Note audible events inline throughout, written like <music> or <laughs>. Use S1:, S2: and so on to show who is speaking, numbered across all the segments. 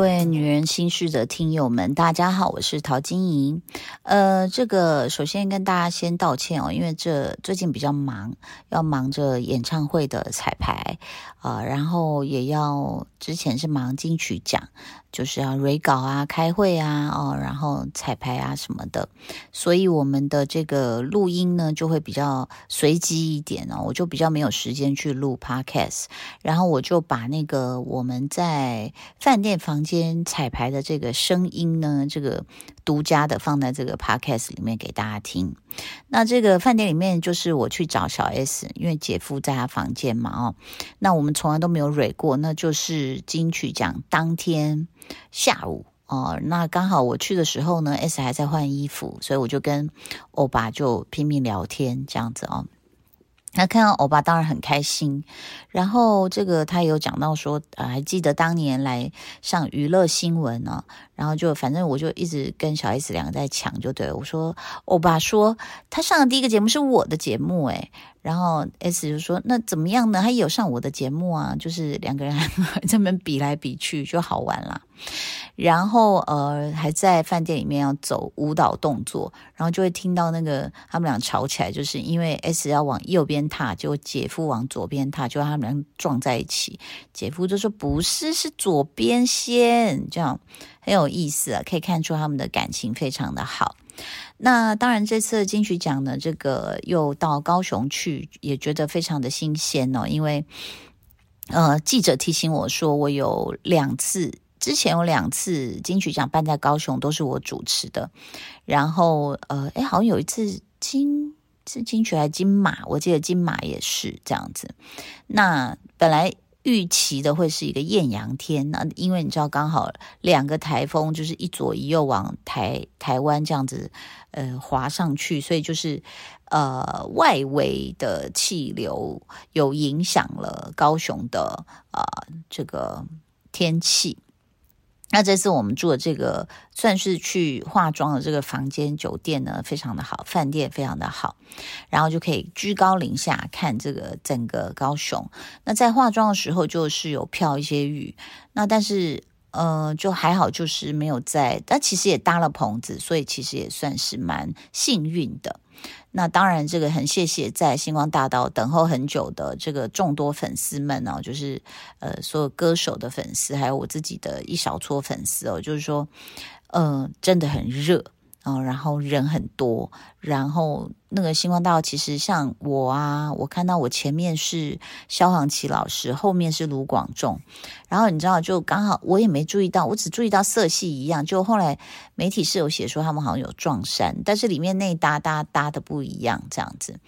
S1: 位女人心事的听友们，大家好，我是陶晶莹。呃，这个首先跟大家先道歉哦，因为这最近比较忙，要忙着演唱会的彩排啊、呃然后也要之前是忙金曲奖，就是要 re 稿啊、开会啊、哦，然后彩排啊什么的，所以我们的这个录音呢就会比较随机一点哦，我就比较没有时间去录 podcast，然后我就把那个我们在饭店房间彩排的这个声音呢，这个独家的放在这个 podcast 里面给大家听。那这个饭店里面就是我去找小 S，因为姐夫在他房间嘛，哦，那我们从来都没有蕊过，那就是金曲奖当天下午。哦，那刚好我去的时候呢，S 还在换衣服，所以我就跟欧巴就拼命聊天这样子哦。那看到欧巴当然很开心，然后这个他有讲到说，呃，还记得当年来上娱乐新闻呢、然后就反正我就一直跟小 S 两个在抢，就对了我说，欧巴说他上的第一个节目是我的节目，诶，然后 S 就说那怎么样呢？他也有上我的节目啊，就是两个人还 <laughs> 这么比来比去，就好玩啦。然后呃还在饭店里面要走舞蹈动作，然后就会听到那个他们俩吵起来，就是因为 S 要往右边踏，结果姐夫往左边踏，就他们俩撞在一起。姐夫就说不是，是左边先，这样很有意思啊，可以看出他们的感情非常的好。那当然，这次的金曲奖呢，这个又到高雄去，也觉得非常的新鲜哦，因为呃，记者提醒我说，我有两次。之前有两次金曲奖办在高雄，都是我主持的。然后，呃，诶，好像有一次金是金曲还是金马，我记得金马也是这样子。那本来预期的会是一个艳阳天，那因为你知道，刚好两个台风就是一左一右往台台湾这样子，呃，滑上去，所以就是呃外围的气流有影响了高雄的呃这个天气。那这次我们住的这个算是去化妆的这个房间酒店呢，非常的好，饭店非常的好，然后就可以居高临下看这个整个高雄。那在化妆的时候，就是有飘一些雨，那但是呃，就还好，就是没有在，但其实也搭了棚子，所以其实也算是蛮幸运的。那当然，这个很谢谢在星光大道等候很久的这个众多粉丝们哦，就是呃所有歌手的粉丝，还有我自己的一小撮粉丝哦，就是说，呃，真的很热哦，然后人很多，然后那个星光大道其实像我啊，我看到我前面是萧煌奇老师，后面是卢广仲，然后你知道就刚好我也没注意到，我只注意到色系一样，就后来媒体是有写说他们好像有撞衫，但是里面那一搭搭搭的不一样，这样子。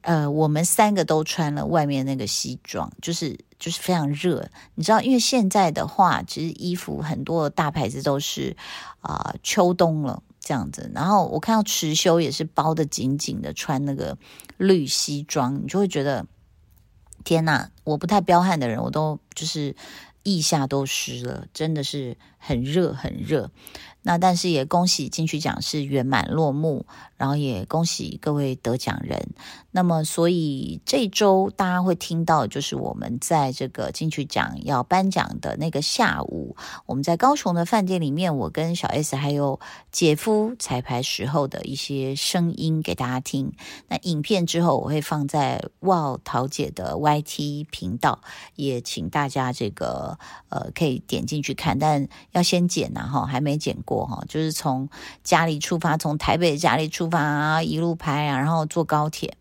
S1: 呃，我们三个都穿了外面那个西装，就是就是非常热。你知道，因为现在的话，其实衣服很多大牌子都是啊、秋冬了这样子。然后我看到池修也是包的紧紧的，穿那个绿西装，你就会觉得天呐，我不太彪悍的人，我都就是腋下都湿了，真的是很热很热。那但是也恭喜金曲奖是圆满落幕，然后也恭喜各位得奖人。那么，所以这周大家会听到，就是我们在这个金曲奖要颁奖的那个下午，我们在高雄的饭店里面，我跟小 S 还有姐夫彩排时候的一些声音给大家听。那影片之后我会放在哇桃姐的 YT 频道，也请大家这个呃可以点进去看，但要先剪呐、哈，还没剪过哈，就是从家里出发，从台北的家里出发啊，一路拍啊，然后坐高铁。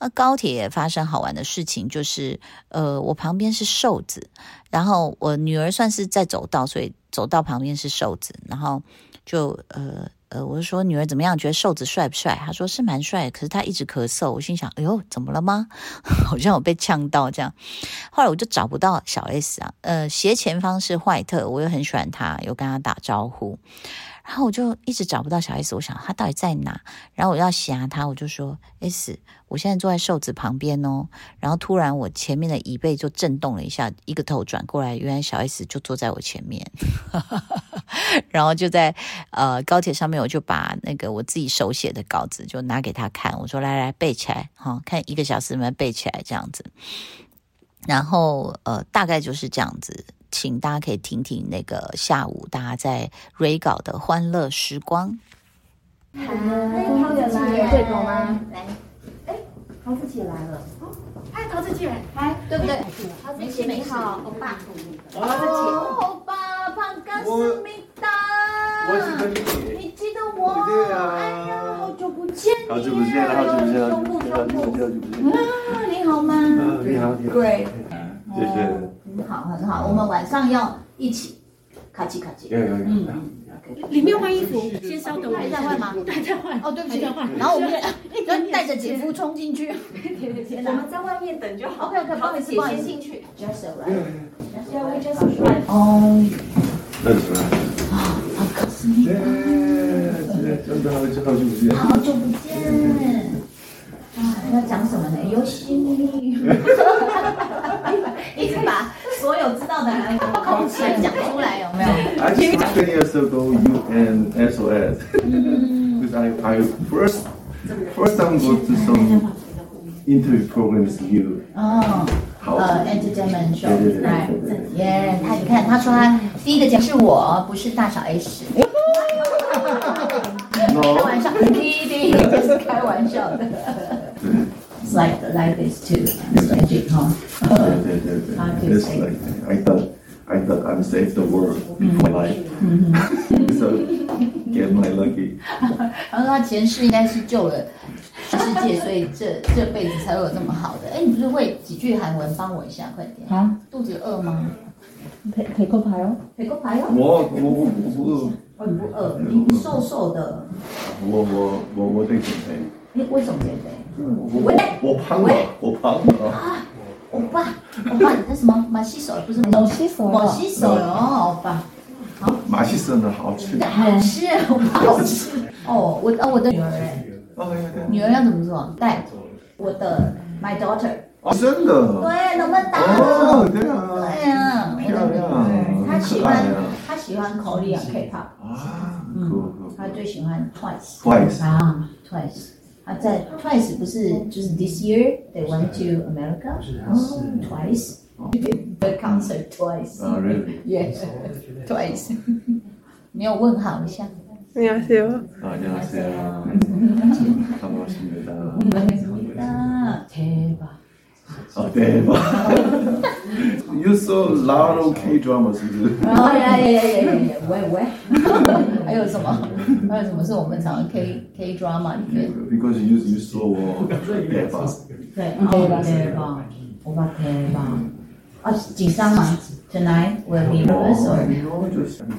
S1: 那高铁也发生好玩的事情，就是呃，我旁边是瘦子，然后我女儿算是在走道，所以走道旁边是瘦子，然后就呃呃，我就说女儿怎么样，觉得瘦子帅不帅？她说是蛮帅，可是他一直咳嗽。我心想，哎呦，怎么了吗？好像我被呛到这样。后来我就找不到小 S 啊，呃，斜前方是坏特，我又很喜欢他，有跟他打招呼，然后我就一直找不到小 S，我想他到底在哪？然后我要挟他，我就说 S，我现在坐在瘦子旁边哦。然后突然我前面的椅背就震动了一下，一个头转过来，原来小 S 就坐在我前面。 <laughs> 然后就在呃高铁上面，我就把那个我自己手写的稿子就拿给他看，我说来来背起来，好、看一个小时能不能背起来这样子。然后呃大概就是这样子。
S2: 情，大家可以听听那个下午大家在 Ray 搞的欢乐时光。哎
S3: 我们桃子姐来对口吗？
S4: 来，
S2: 哎
S3: 桃子姐来了，
S5: 哦
S4: 哎，桃子姐，来，对不对？桃子姐你好，欧巴。哦，欧巴，胖哥思密达。
S5: 我记得你
S4: 你记得我？
S5: 对啊
S4: 哎呀，好久不见你。
S5: 好久不见了，好久不见了，好久不见了，好久不见了，好久不见了。
S4: 啊，你好吗？
S5: 嗯，你好，你好。对，谢谢。
S2: 很嗯好，很好，我们晚上要一起卡叽卡叽。
S5: 有有有。
S6: 里面换衣服，先稍等我一
S2: 还
S6: 下
S2: 在。换吗？
S6: 还在换，
S2: 哦，对不
S6: 还
S2: 起
S6: 在。换。
S2: 然后我们
S4: 啊
S2: 就就带着姐夫冲进去。
S4: 我们在外面等就好。OK OK，帮你姐先进去。
S2: Just arrived.
S4: 对，我 just right。
S2: 哦，
S5: 那怎么？
S2: 好可思议，
S5: 真的好久好久不见。
S2: 好久不见。啊，要讲什么呢？游戏。
S4: <laughs>
S2: 一直把所有知道的
S4: <laughs>
S2: 还口气讲出来，有没有？
S5: I just ten years ago, you and SOS, because I I first first time go to some interview program is you.
S2: 哦，
S5: 好。
S2: 呃，entertainment
S5: 对对
S2: show，
S5: 对
S2: right？
S5: 对对对。
S2: 耶，他你看，他说他第一个讲是我，不是大小 S。开
S5: No.
S2: 玩笑，kidding，这是开玩笑的。It's like like this too, it's magic, huh?
S5: 对对对对。It's like I thought I thought I'm saved the world in my life, <laughs> so get my lucky.
S2: 他说他前世应该是救了世界，所以这这辈子才会有这么好的。哎，你不是会几句韩文？帮我一下，快点。
S6: 好，
S2: 肚子饿吗？
S6: 陪陪购牌哦。
S2: 美国朋友，
S5: 我我我我
S2: 哦，你不饿，你你瘦瘦的，
S5: 我我我我对减肥，
S2: 你为什么减肥？
S5: 我我胖了，我胖了，
S2: 欧巴，欧巴，你那什么马西手不是
S6: 我洗手
S2: 马
S6: 了。
S2: 西手哦，欧巴，
S5: 马戏真的好吃。
S2: 好吃，我好吃。哦，我哦我的女儿哎。
S5: 哦，
S2: 女儿要怎么做？带我的 my daughter，
S5: 哦，真的，
S2: 对，能不能打？
S5: 哦，对啊，
S2: 对呀，我
S5: 漂
S2: 的女儿，
S5: 亮，
S2: 她
S5: 很
S2: 喜
S5: 可爱
S2: 欢
S5: 啊，
S2: 她喜欢 Korean K-pop，
S5: 啊，酷
S2: 她最喜欢 Twice
S5: 酷，twice，
S2: 啊，Twice。啊，在 Twice 不是就是 this year they went to America，哦，Twice <laughs> the concert
S5: 啊
S2: Twice，
S5: ，really，
S2: yeah，Twice，没有问好一下。
S7: 안녕하세요.
S5: 아, 안녕하세요. 반갑습니다.
S2: 아, 대박.
S5: 아, 대박. You saw a lot of K dramas.
S2: 哦呀呀呀呀呀！喂喂，还有什么？还有什么是我们常常 K K drama 里面？
S5: Because you you uh, saw 대박.
S2: 对，哦，对吧？我把对吧？啊，紧张吗？Tonight will be nervous or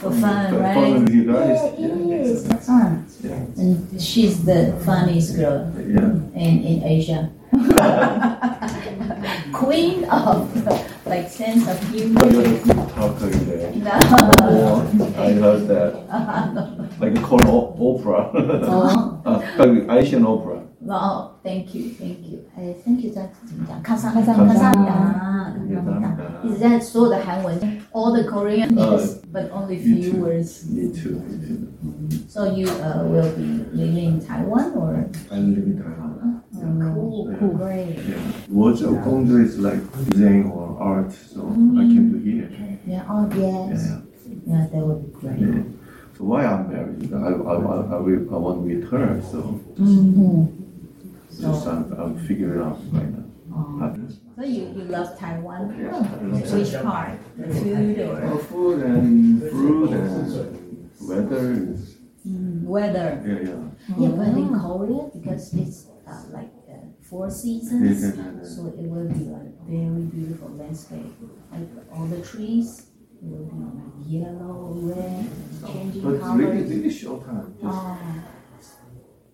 S5: For
S2: fun, right?
S5: Fun with you guys. Yeah.
S2: 嗯
S5: Yeah.
S2: ，and she's the funniest girl
S5: Yeah.
S2: in in Asia. Queen of like sense of
S5: But you're
S2: humor.
S5: the good talker in there.
S2: No.
S5: Oh, I heard that. Like you call o- Oprah. <laughs>
S2: 哦，
S5: uh, like Asian Oprah.
S2: 哇，Thank you, Thank you. 哎，Thank you 在怎么讲？康桑，康
S6: 桑
S2: 桑，康桑
S6: 康桑
S2: 达，康桑达。一直在所有的韩文，all the Korean news, but only few words.
S5: Me too. Me too.
S2: So you uh, will be living in Taiwan or? Mm.
S5: I'm living in Taiwan.
S2: Cool, cool, great.
S5: Yeah. What's your content is like design or art, so I came to here.
S2: Yeah, oh yes.
S5: Yeah.
S2: Yeah, that would be great.
S5: yeah. So why I'm married? I, I, I, I, will, I want to meet her, so
S2: Mm-hmm.
S5: just I'm, I'm figuring out right now.
S2: Oh. So you, you love Taiwan?
S5: Yeah,
S2: Oh,
S5: I love
S2: Which part? The food or
S5: Well, food and fruit and weather. is-
S2: mm, weather? Mm-hmm.
S5: Yeah, yeah.
S2: Yeah, but in Korea, because it's uh, like uh, four seasons,
S5: Yeah, yeah, yeah.
S2: so it will be like very beautiful landscape. Like all the trees it will be like yellow, red,
S5: But
S2: changing
S5: it's really,
S2: colors.
S5: really short time. Just
S2: Oh.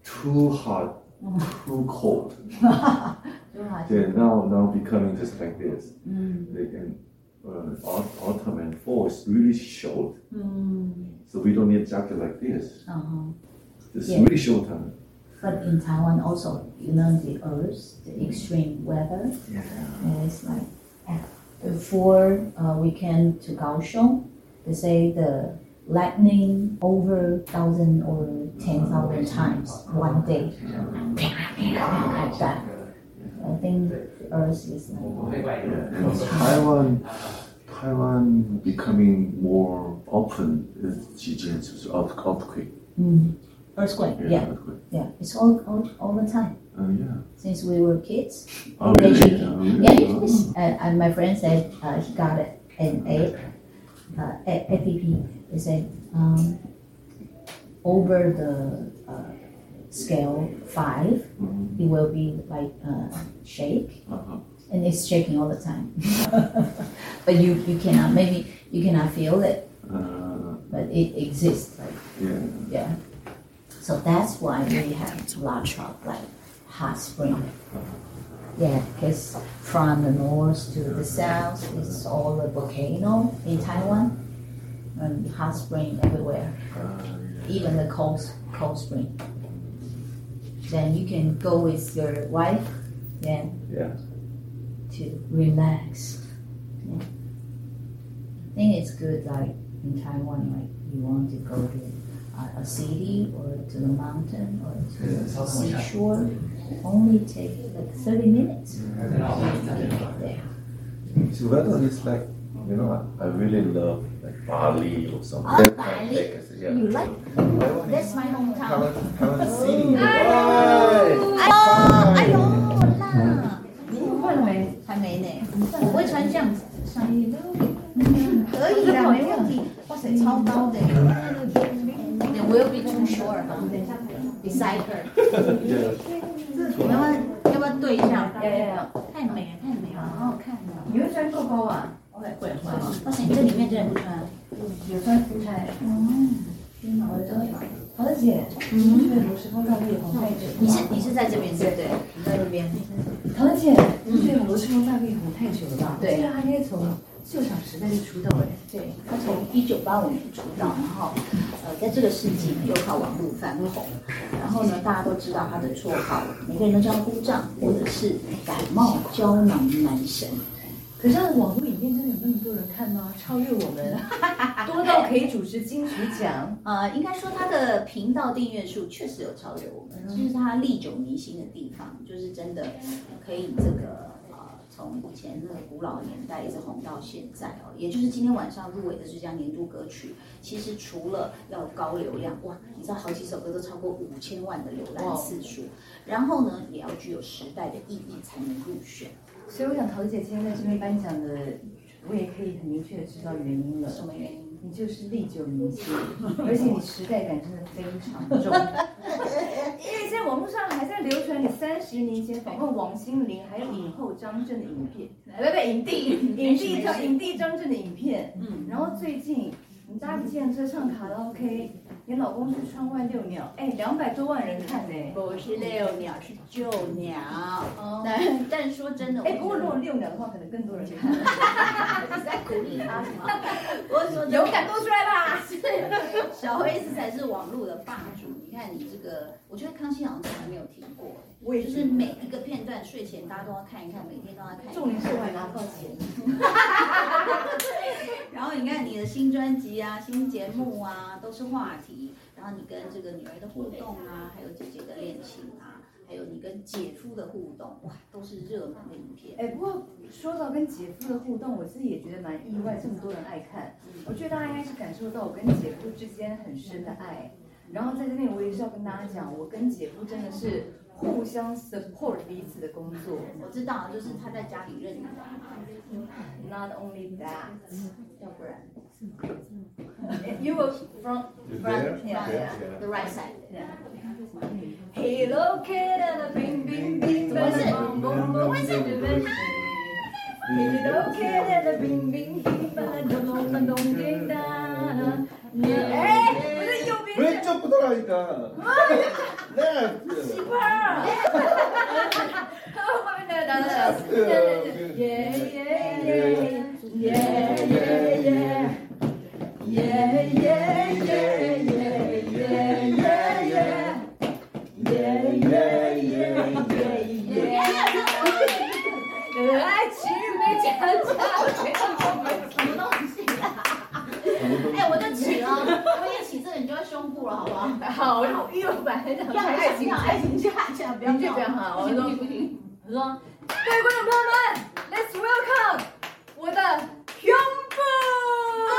S5: too hot, too cold.
S2: Right.
S5: Then now, now becoming just like this.
S2: Mm.
S5: Like in uh, au- autumn and fall, it's really short.
S2: Mm.
S5: So we don't need jacket like this.
S2: Uh-huh.
S5: It's
S2: Yeah.
S5: really short time.
S2: But in Taiwan also, you know, the earth, the extreme weather,
S5: Yeah.
S2: and it's like uh, before uh, we came to Kaohsiung, they say the lightning over thousand or ten thousand times one day, like that. I think the earth is like
S5: And Taiwan, Taiwan becoming more often is Jijian's earth- earthquake.
S1: Mm. Earthquake,
S5: Yeah,
S1: yeah,
S5: earthquake.
S1: yeah. It's all, all, all the time
S5: Uh, yeah.
S1: since we were kids.
S5: Oh,
S1: They
S5: really?
S1: should-
S5: Oh, really?
S1: Yeah, it is. Uh, and my friend said uh, he got it an A, uh, A- APP. They said um, over the uh, scale five,
S5: Mhm.
S1: it will be like uh, shake,
S5: Uh-huh.
S1: and it's shaking all the time. but you you cannot maybe you cannot feel it,
S5: Uh,
S1: but it exists. Like,
S5: yeah.
S1: yeah. So that's why we have a lot of like hot spring. Yeah, because from the north to the south, it's all a volcano in Taiwan, and hot spring everywhere,
S5: Uh, yeah.
S1: even the cold cold spring. Then you can go with your wife, then
S5: Yeah.
S1: to relax. Yeah. I think it's good like in Taiwan, like you want to go to a, a city or to the mountain or to the seashore, only take like thirty minutes. Yeah.
S5: So whether it's like, you know, I, I really love like Bali or something.
S1: Oh,
S5: That
S1: Bali.
S5: kind of place, yeah.
S1: You like
S5: Taiwan is-
S1: that's my hometown.
S5: Haven't, haven't seen.
S2: Oh.
S8: 哎呦啦，
S9: 不会了没？
S8: 还没呢，
S2: 我会穿这样子上衣，可以的，没问题。哇塞，超高的。
S8: It will be too short. Beside her.
S5: Yeah.
S2: 你要不要要不要对一下？
S9: 要要要
S2: 太美了，太美了，好好看哦。
S9: 你会穿够高啊？
S2: 会会。哇塞，你这里面真的不穿。
S9: 有穿出差。
S2: 我都有。
S9: 儿姐，嗯，有时候让力红太久。
S2: 你是你是在这边对不对？你在这边。
S9: 桃姐，对，很多时候大力红太久了吧？
S2: 对
S9: 这个她应该从秀场时代就出道哎。
S2: 对，他从一九八五年出道，然后呃，在这个世纪呢又靠网络翻红，然后呢，大家都知道他的绰号，每个人都叫他姑丈或者是感冒胶囊男神。
S9: 可是她的网络影片真的有那么多人看吗？超越我们，多到可以主持金曲奖。
S2: 呃，应该说他的频道订阅数确实有超越我们，这是他历久弥新的地方，就是真的可以这个呃，从以前那个古老的年代一直红到现在哦，也就是今天晚上入围的最佳年度歌曲，其实除了要高流量，哇，你知道好几首歌都超过五千万的浏览次数，然后呢，也要具有时代的意义才能入选。
S9: 所以我想，桃姐今天在这边颁奖的，我也可以很明确的知道原因了。
S2: 什么原因？
S9: 你就是历久弥新，而且你时代感真的非常重。因为现在网络上还在流传你三十年前访问王心凌还有影后张震的影片，哎不不，影帝影帝张影帝张震的影片。
S2: 嗯，
S9: 然后最近你搭计程车唱卡拉 OK，你老公去窗外遛鸟，哎，两百多万人看呢、
S2: <laughs> 不是遛鸟，是救鸟。
S9: 哦
S2: 但但说真的，
S9: 哎，不
S2: 我觉
S9: 过如
S2: 得
S9: 果遛鸟的话，可能更多人看。
S2: 你在鼓励他吗？我说真的
S9: 勇敢多出来吧！
S2: 小黑子才是网络的霸主。你看你这个，我觉得康熙好像从来没有停过，
S9: 我
S2: 就是每一个片段睡前大家都要看一看，每天都要
S9: <laughs>
S2: 看一看。
S9: 重点是我还拿不到钱。
S2: 然后你看你的新专辑啊、新节目啊，都是话题。然后你跟这个女儿的互动啊，还有姐姐的恋情啊，还有你跟姐夫的互动，哇，都是热门的影片。
S9: 哎，不过说到跟姐夫的互动，我自己也觉得蛮意外，这么多人爱看。我觉得大家应该是感受到我跟姐夫之间很深的爱。然后在这边，我也是要跟大家讲，我跟姐夫真的是互相 support 彼此的工作。
S2: 我知道，就是他在家里认你玩嘛，
S9: Not only that，
S2: 要不然
S9: you were from
S5: There,
S9: yeah,
S5: there,
S9: yeah.
S2: the right side。
S9: Hello Canada, bing bing bing，
S2: 怎么是
S9: 嘣嘣嘣嘣嘣嘣。Hello Canada, bing bing bing，嘣嘣嘣嘣叮当。哎，不是右边是。
S5: 왼쪽부터 가니까. Left.
S2: 哎、
S9: 啊
S2: 我就起了，我一起这个你就会胸部了，好不好？要爱情，要爱情，就爱情，不要闹。不行不行，哦
S9: 各位观众朋友们，Let's welcome 我的胸部
S2: 哦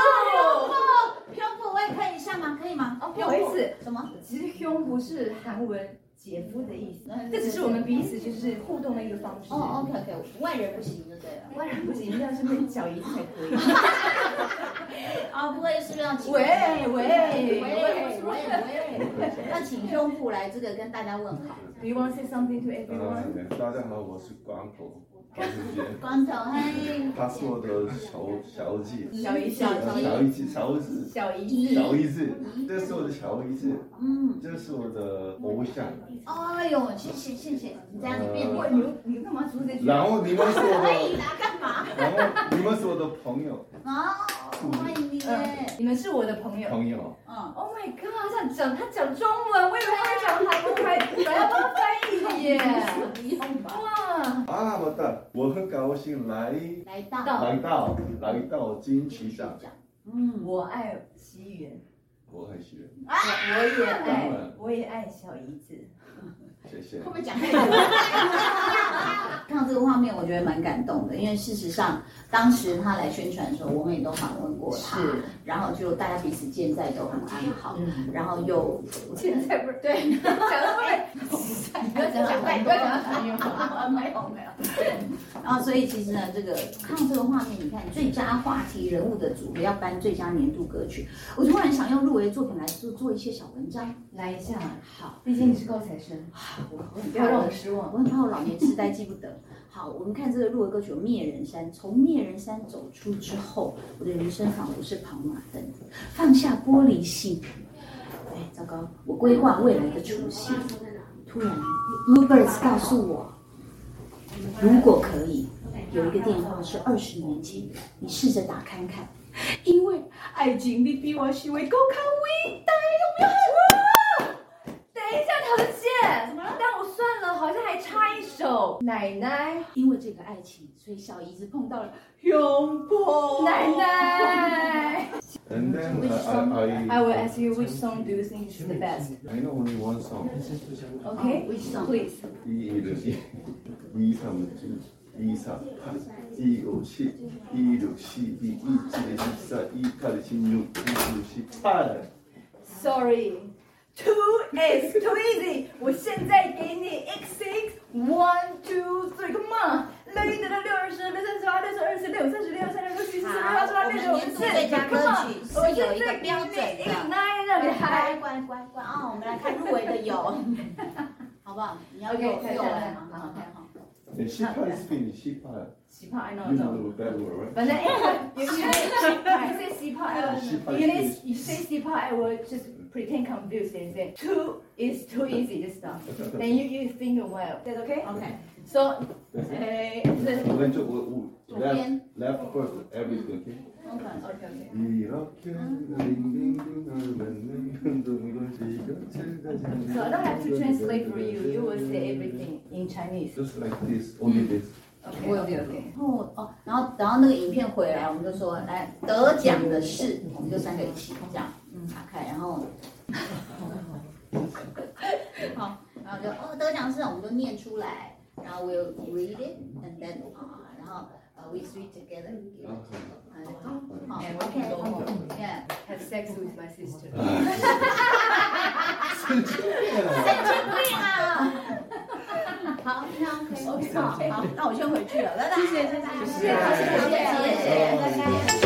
S9: 是韩文姐夫的
S2: <laughs>
S9: 意思，这只是我们彼此就是互动的一个方式。
S2: 呃哦，OK OK，外人不行就对了。
S9: 外人不行，一定要是跟小姨才可以。
S2: 啊，不会是不是要请
S9: 喂
S2: 喂
S9: 喂
S2: 喂
S9: 喂
S2: 喂，要请胸部来这个跟大家问好。
S9: Do you want to say something to
S5: 呃
S9: everyone？
S5: 大家好，我是光头，高志杰，
S2: 光头嘿，
S5: <laughs> 他是我的小小姐，
S9: 小姨小
S5: 呃小姨子，小子，
S9: 小姨
S5: 小姨子，这是我的小姨子，
S2: 嗯，
S5: 这是我的偶像。
S2: 哎呦，谢谢谢谢，你这样子变
S9: 哇，
S2: 我
S9: 你们你们干嘛说这句？
S5: 然后你们是
S2: 可以
S5: 我
S2: 啦，干嘛？
S5: 的，然后你们是我的朋友，
S2: 啊，欢迎你
S9: 嗯
S2: 耶，
S9: 你们是我的朋友。
S5: 朋友，
S2: 嗯，
S9: Oh my god！他想讲他讲中文，我以为他会讲韩文，还还要帮他翻译耶！
S2: 不 <laughs> 用吧，
S9: 哇，
S5: 啊，我的，我很高兴来
S2: 来到
S9: 到
S5: 来到来到金曲奖，
S2: 嗯，
S9: 我爱奇缘，
S5: 我很喜欢，
S9: 我我也爱，哎我也爱小姨子。
S5: 谢谢
S2: 会不。会讲太多？看到这个画面，我觉得蛮感动的，因为事实上当时他来宣传的时候，我们也都访问过他，
S9: 是，
S2: 然后就大家彼此健在都很安好，
S9: 嗯，
S2: 然后
S9: <laughs>
S2: 又
S9: 现在不是
S2: 对，
S9: 讲的会 <laughs>
S2: 不要讲讲太多，没有没有。然后所以其实呢，这个看这个画面，你看最佳话题人物的组合要颁最佳年度歌曲，我突然想用入围的作品来做做一些小文章。
S9: 来一下，嗯
S2: 好，
S9: 毕竟你是高材生，
S2: 我我很
S9: 不
S2: 怕
S9: 要让
S2: 我
S9: 我失望。
S2: 我很怕我老年痴呆记不得。好，我们看这个入围歌曲《灭人山》，从灭人山走出之后，我的人生仿佛是跑马灯，放下玻璃心。哎，糟糕，我规划未来的雏形。突然，Bluebirds 告诉我，如果可以，有一个电话是二十年前，你试着打看看，因为爱情比比我行为更康伟大。有没有？
S9: 等一下，陶姐，怎么了？但我算了，好像还差一首。奶奶，
S2: 因为这个爱情，所以小姨子碰到了拥抱
S9: 奶奶。
S5: And then I
S9: I will ask you which song do you think is the best?
S5: I know only one song.
S9: Okay,
S2: Which song?
S9: please.
S5: 이 이름 이 이삼육칠 이사팔 이오칠 이육십이 이칠십사 이팔십육 이구십팔
S9: Sorry. Two is too easy. 我现在给你 x six one two three come on，六一得到六二十，六三十八，六四二十六，三十六，三十六，七十四，八十八，六九十四。我们现在给你 x nine 让你
S2: 乖
S9: 嗨。
S2: 乖乖乖啊！我们来看入围的
S9: <laughs>
S2: 有，好不好？你要有
S9: OK，可以
S2: 有来
S9: 可以
S2: 吗？好，OK，好。
S5: 네, 십팔 스페인 십팔
S9: 喜怕 I know
S5: You
S9: know。
S5: know that word, right?
S9: 反正哎，you you say 西帕 I will you say 你 say 西帕 I will just pretend confused and say too is too easy this stuff. Then you you think a while. That's okay?
S2: OK，
S9: So 哎，这
S5: 왼쪽 우, 우,
S2: 左
S5: left,
S2: 边
S5: left first, everything. okay?
S2: ，OK，
S9: OK OK.
S5: 이렇게 링링링을 만나는 동물 지각질 가지는
S9: So I don't have to translate for you. You will say everything in Chinese.
S5: Just like this, only this.
S9: Okay.
S2: Will
S9: Okay okay.
S2: 然后哦，然后然后那个影片回来，我们就说来得奖的是，我们就三个一起这样，嗯，打开，然后， <laughs> 好，然后就哦得奖是，我们就念出来，然后 we'll read it and then 啊，然后呃 we three together，
S5: 아,
S2: 好
S9: And we can go
S2: ，OK，
S9: home.
S2: yeah。
S9: Have sex with my sister.
S5: 진짜.
S2: 好，那 OK，好，好，那我先回去了，拜拜，谢谢，谢谢，谢谢，谢谢，谢谢，
S5: 谢谢
S2: 拜拜。